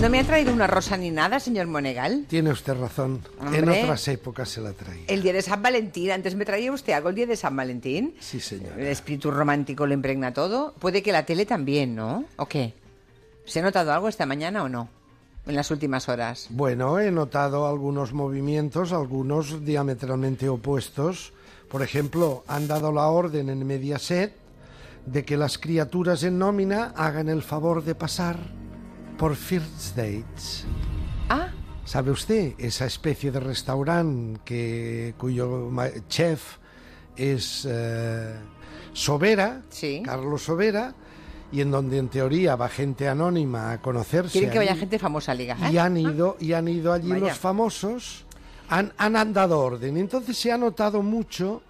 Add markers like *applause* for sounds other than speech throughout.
¿No me ha traído una rosa ni nada, señor Monegal? Tiene usted razón. En Hombre. otras épocas se la traía. El día de San Valentín, antes me traía usted algo el día de San Valentín. Sí, señora. El espíritu romántico lo impregna todo. Puede que la tele también, ¿no? ¿O qué? ¿Se ha notado algo esta mañana o no? En las últimas horas. Bueno, he notado algunos movimientos, algunos diametralmente opuestos. Por ejemplo, han dado la orden en Mediaset de que las criaturas en nómina hagan el favor de pasar por First Dates. Ah, ¿Sabe usted esa especie de restaurante que, cuyo ma- chef es eh, Sobera, Sí. Carlos Sobera, y en donde en teoría va gente anónima a conocerse? quieren que vaya allí? gente famosa a ligar. ¿eh? y han ido y han ido allí Vaya. los famosos han, han han dado orden entonces se ha notado mucho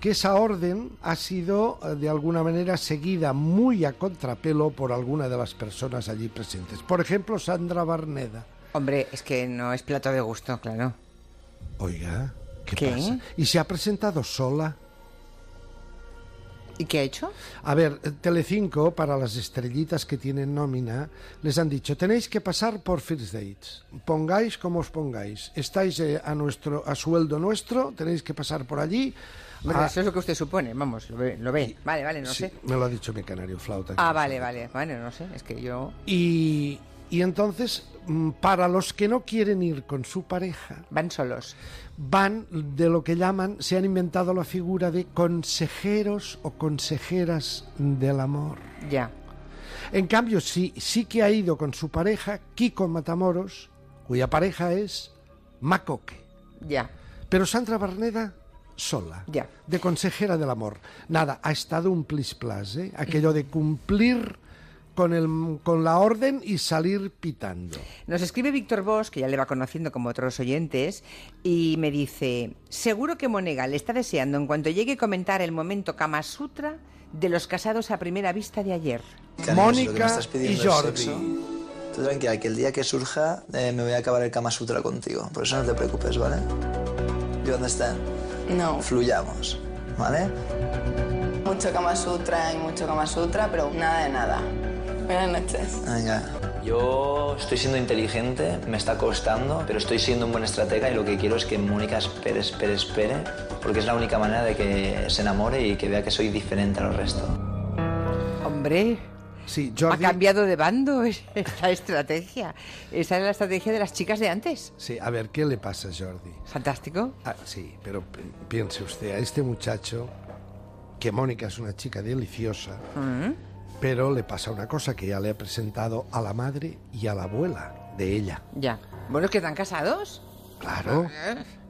que esa orden ha sido eh, de alguna manera seguida muy a contrapelo por alguna de las personas allí presentes por ejemplo Sandra Barneda Hombre, es que no es plato de gusto, claro. oiga qué, ¿Qué? pasa y se ha presentado sola ¿Y qué ha hecho? A ver, eh, Telecinco, para las estrellitas que tienen nómina, les han dicho, tenéis que pasar por First Dates. Pongáis como os pongáis. Estáis eh, a, nuestro, a sueldo nuestro, tenéis que pasar por allí. Bueno, Ah, eso es lo que usted supone, vamos, lo ve. Lo ve. Vale, vale, no sí, sé. Me lo ha dicho mi canario flauta. Ah, vale, vale, vale, no sé, es que yo... Y, y entonces, mm, para los que no quieren ir con su pareja, Van solos. van de lo que llaman, se han inventado la figura de consejeros o consejeras del amor. Ya. En cambio, sí, sí que ha ido con su pareja, Kiko Matamoros, cuya pareja es Macoque. Ya, Pero Sandra Barneda sola, Ya. de consejera del amor. Nada, ha estado un plis-plas, ¿eh? aquello de cumplir con, el, con la orden y salir pitando. Nos escribe Víctor Bosch, que ya le va conociendo como otros oyentes, y me dice, seguro que Monegal está deseando en cuanto llegue comentar el momento Kama Sutra de los casados a primera vista de ayer. Cariño, si lo que Mónica me estás pidiendo y es Jordi. sexo, tú tranquila, que el día que surja eh, me voy a acabar el Kama Sutra contigo. Por eso no te preocupes, ¿vale? ¿Y dónde está? No, Fluyamos, ¿vale? mucho Kama Sutra y mucho Kama Sutra, pero nada de nada. Buenas noches. Venga. Yo estoy siendo inteligente, me está costando, pero estoy siendo un buen estratega y lo que quiero es que Mónica espere, espere, espere, porque es la única manera de que se enamore y que vea que soy diferente al resto. Hombre, Sí, ha Jordi. cambiado de bando *laughs* esta estrategia. Esa era la estrategia de las chicas de antes. Sí, a ver, ¿qué le pasa, Jordi? Fantástico. Ah, sí, pero pi- piense usted, a este muchacho, que Mónica es una chica deliciosa, pero le pasa una cosa que ya le ha presentado a la madre y a la abuela de ella. Ya. Bueno, que están casados. Claro.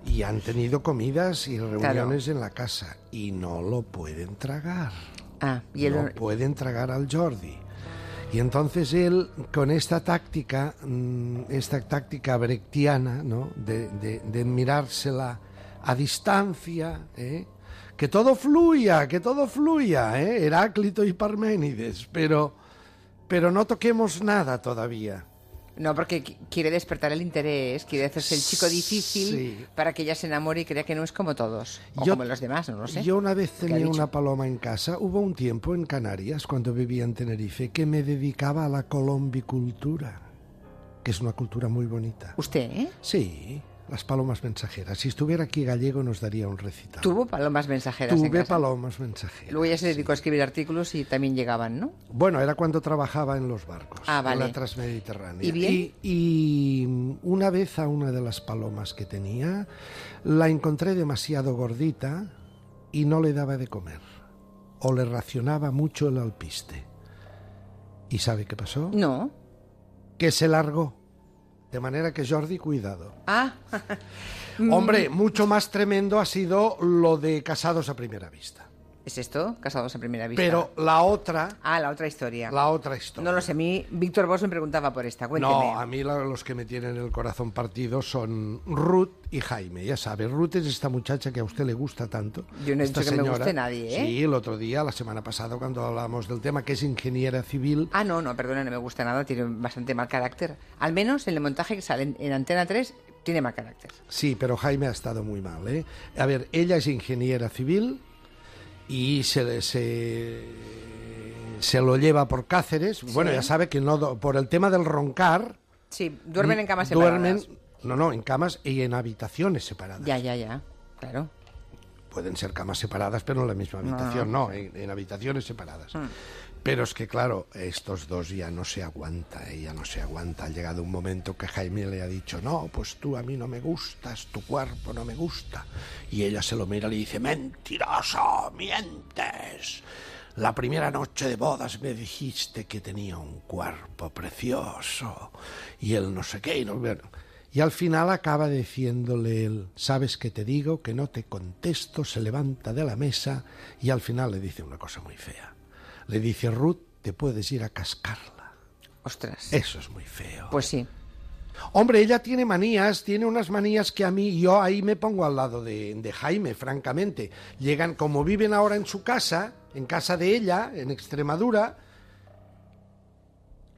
Y han tenido comidas y reuniones en la casa y no lo pueden tragar. Ah, y el... No pueden tragar al Jordi. Y entonces él, con esta táctica, mm, esta táctica brechtiana, ¿no? De, de- de mirársela a distancia, ¿eh? Que todo fluya, que todo fluya, ¿eh? Heráclito y Parménides, pero, pero no toquemos nada todavía. No, porque qui- quiere despertar el interés, quiere hacerse el chico difícil Sí. para que ella se enamore y crea que no es como todos. O como los demás, no lo sé. Yo una vez ha tenía dicho? una paloma en casa. Hubo un tiempo en Canarias, cuando vivía en Tenerife, que me dedicaba a la colombicultura, que es una cultura muy bonita. ¿Usted, eh? Sí, las palomas mensajeras. Si estuviera aquí gallego nos daría un recital. Tuvo palomas mensajeras. en Tuve casa. palomas mensajeras. Luego ya se dedicó a escribir artículos y también llegaban, ¿no? Bueno, era cuando trabajaba en los barcos, Ah, vale. en la transmediterránea. ¿Y bien? Y- y una vez a una de las palomas que tenía, la encontré demasiado gordita y no le daba de comer. O le racionaba mucho el alpiste. ¿Y sabe qué pasó? No. Que se largó. De manera que Jordi, cuidado. Ah, Mm. Hombre, mucho más tremendo ha sido lo de casados a primera vista. ¿es esto? Casados a primera vista. Pero la otra, Ah, la otra historia. la otra historia. No lo sé, a mí Víctor Bosch me preguntaba por esta, cuénteme. No, a mí la- los que me tienen el corazón partido son Ruth y Jaime. Ya sabe, Ruth es esta muchacha que a usted le gusta tanto. Yo no he esta dicho que me guste nadie, ¿eh? Sí, el otro día, la semana pasada, cuando hablábamos del tema, que es ingeniera civil. Ah, no, no, perdona, no me gusta nada, tiene bastante mal carácter. Al menos en el montaje que sale en- en Antena 3 tiene mal carácter. Sí, pero Jaime ha estado muy mal, ¿eh? A ver, ella es ingeniera civil y se, le- se, se lo lleva por Cáceres. Bueno, ya sabe que no do- por el tema del roncar Sí, duermen en camas Duermen, separadas. no, no, en camas y en habitaciones separadas. Ya, ya, ya. Claro. Pueden ser camas separadas, pero no en la misma habitación, no, en, en habitaciones separadas. Pero es que, claro, estos dos ya no se aguanta, ella no se aguanta. Ha llegado un momento que Jaime le ha dicho, no, pues tú a mí no me gustas, tu cuerpo no me gusta. Y ella se lo mira y le dice, mentiroso, mientes. La primera noche de bodas me dijiste que tenía un cuerpo precioso y el no sé qué. Y, no- bueno. Y al final acaba diciéndole él, sabes que te digo, que no te contesto, se levanta de la mesa y al final le dice una cosa muy fea. Le dice, Ruth, te puedes ir a cascarla. Ostras. Eso es muy feo. Pues sí. Hombre, ella tiene manías, tiene unas manías que a mí, yo ahí me pongo al lado de, de Jaime, francamente. Llegan, como viven ahora en su casa, en casa de ella, en Extremadura,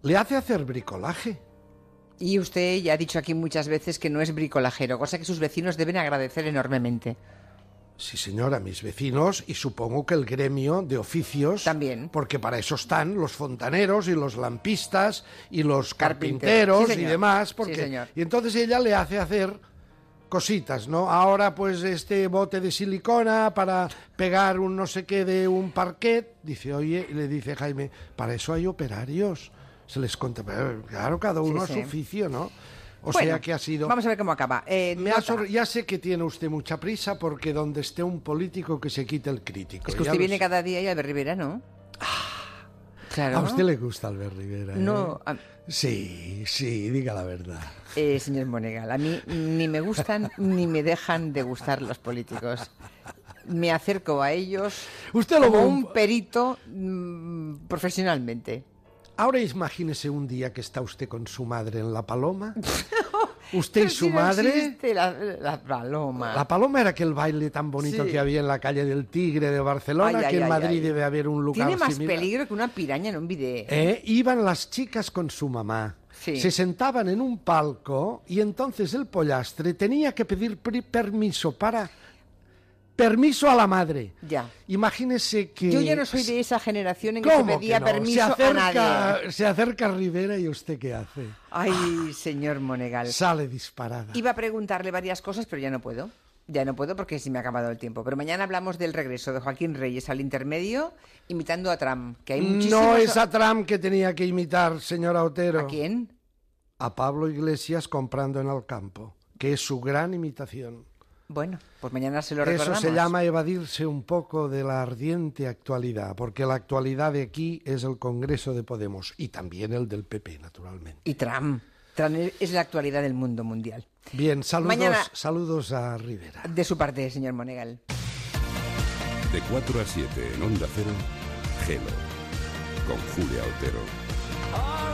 le hace hacer bricolaje. Y usted ya ha dicho aquí muchas veces que no es bricolajero, cosa que sus vecinos deben agradecer enormemente. Sí, señora, mis vecinos y supongo que el gremio de oficios. También. Porque para eso están los fontaneros y los lampistas y los Carpinteros. carpinteros Sí, y señor. demás. Sí, Porque, señor. Y entonces ella le hace hacer cositas, ¿no? Ahora pues este bote de silicona para pegar un no sé qué de un parquet. Dice, oye, y le dice Jaime, para eso hay operarios. Se les cuenta, pero claro, cada uno Sí, a sí. su oficio, ¿no? O Bueno, sea que ha sido... Vamos a ver cómo acaba. Eh, Me ha nota. sor- ya sé que tiene usted mucha prisa porque donde esté un político que se quite el crítico. Es que ya usted lo viene sé. Ah, cada día y Albert Rivera, ¿no? Claro. A usted le gusta Albert Rivera. ¿eh? No, a- Sí, sí, diga la verdad. Eh, señor Monegal, a mí ni me gustan *laughs* ni me dejan de gustar los políticos. Me acerco a ellos Usted lo como ve un un- perito mm, profesionalmente. Ahora imagínese un día que está usted con su madre en La Paloma. usted y Pero si su *laughs* no madre. existe La, la paloma. La Paloma era aquel baile tan bonito Sí. que había en la calle del Tigre de Ay, Barcelona, ay, que en ay, Madrid ay. debe haber un lugar Tiene más similar. peligro que una piraña en un video. ¿Eh? Iban las chicas con su mamá. Sí. Se sentaban en un palco y entonces el pollastre tenía que pedir pri- permiso para... Permiso a la madre. Ya. Imagínese que... Yo ya no soy de esa generación en que se eh, ¿Cómo pedía que no? permiso se acerca, a nadie. Se acerca Rivera y usted qué hace. Ah. Ay, señor Monegal. Sale disparada. Iba a preguntarle varias cosas, pero ya no puedo. Ya no puedo porque se me ha acabado el tiempo. Pero mañana hablamos del regreso de Joaquín Reyes al intermedio, imitando a Trump, que hay muchísimos... No esa Trump que tenía que imitar, señora Otero. ¿A quién? A Pablo Iglesias comprando en el campo, que es su gran imitación. Bueno, pues mañana se lo Eso recordamos. se llama evadirse un poco de la ardiente actualidad, porque la actualidad de aquí es el Congreso de Podemos y también el del PP, naturalmente. Y Trump. Trump es la actualidad del mundo mundial. Bien, saludos, Mañana- saludos a Rivera. De su parte, señor Monegal. De 4 a 7 en Onda Cero, Gelo. Con Julia Otero. All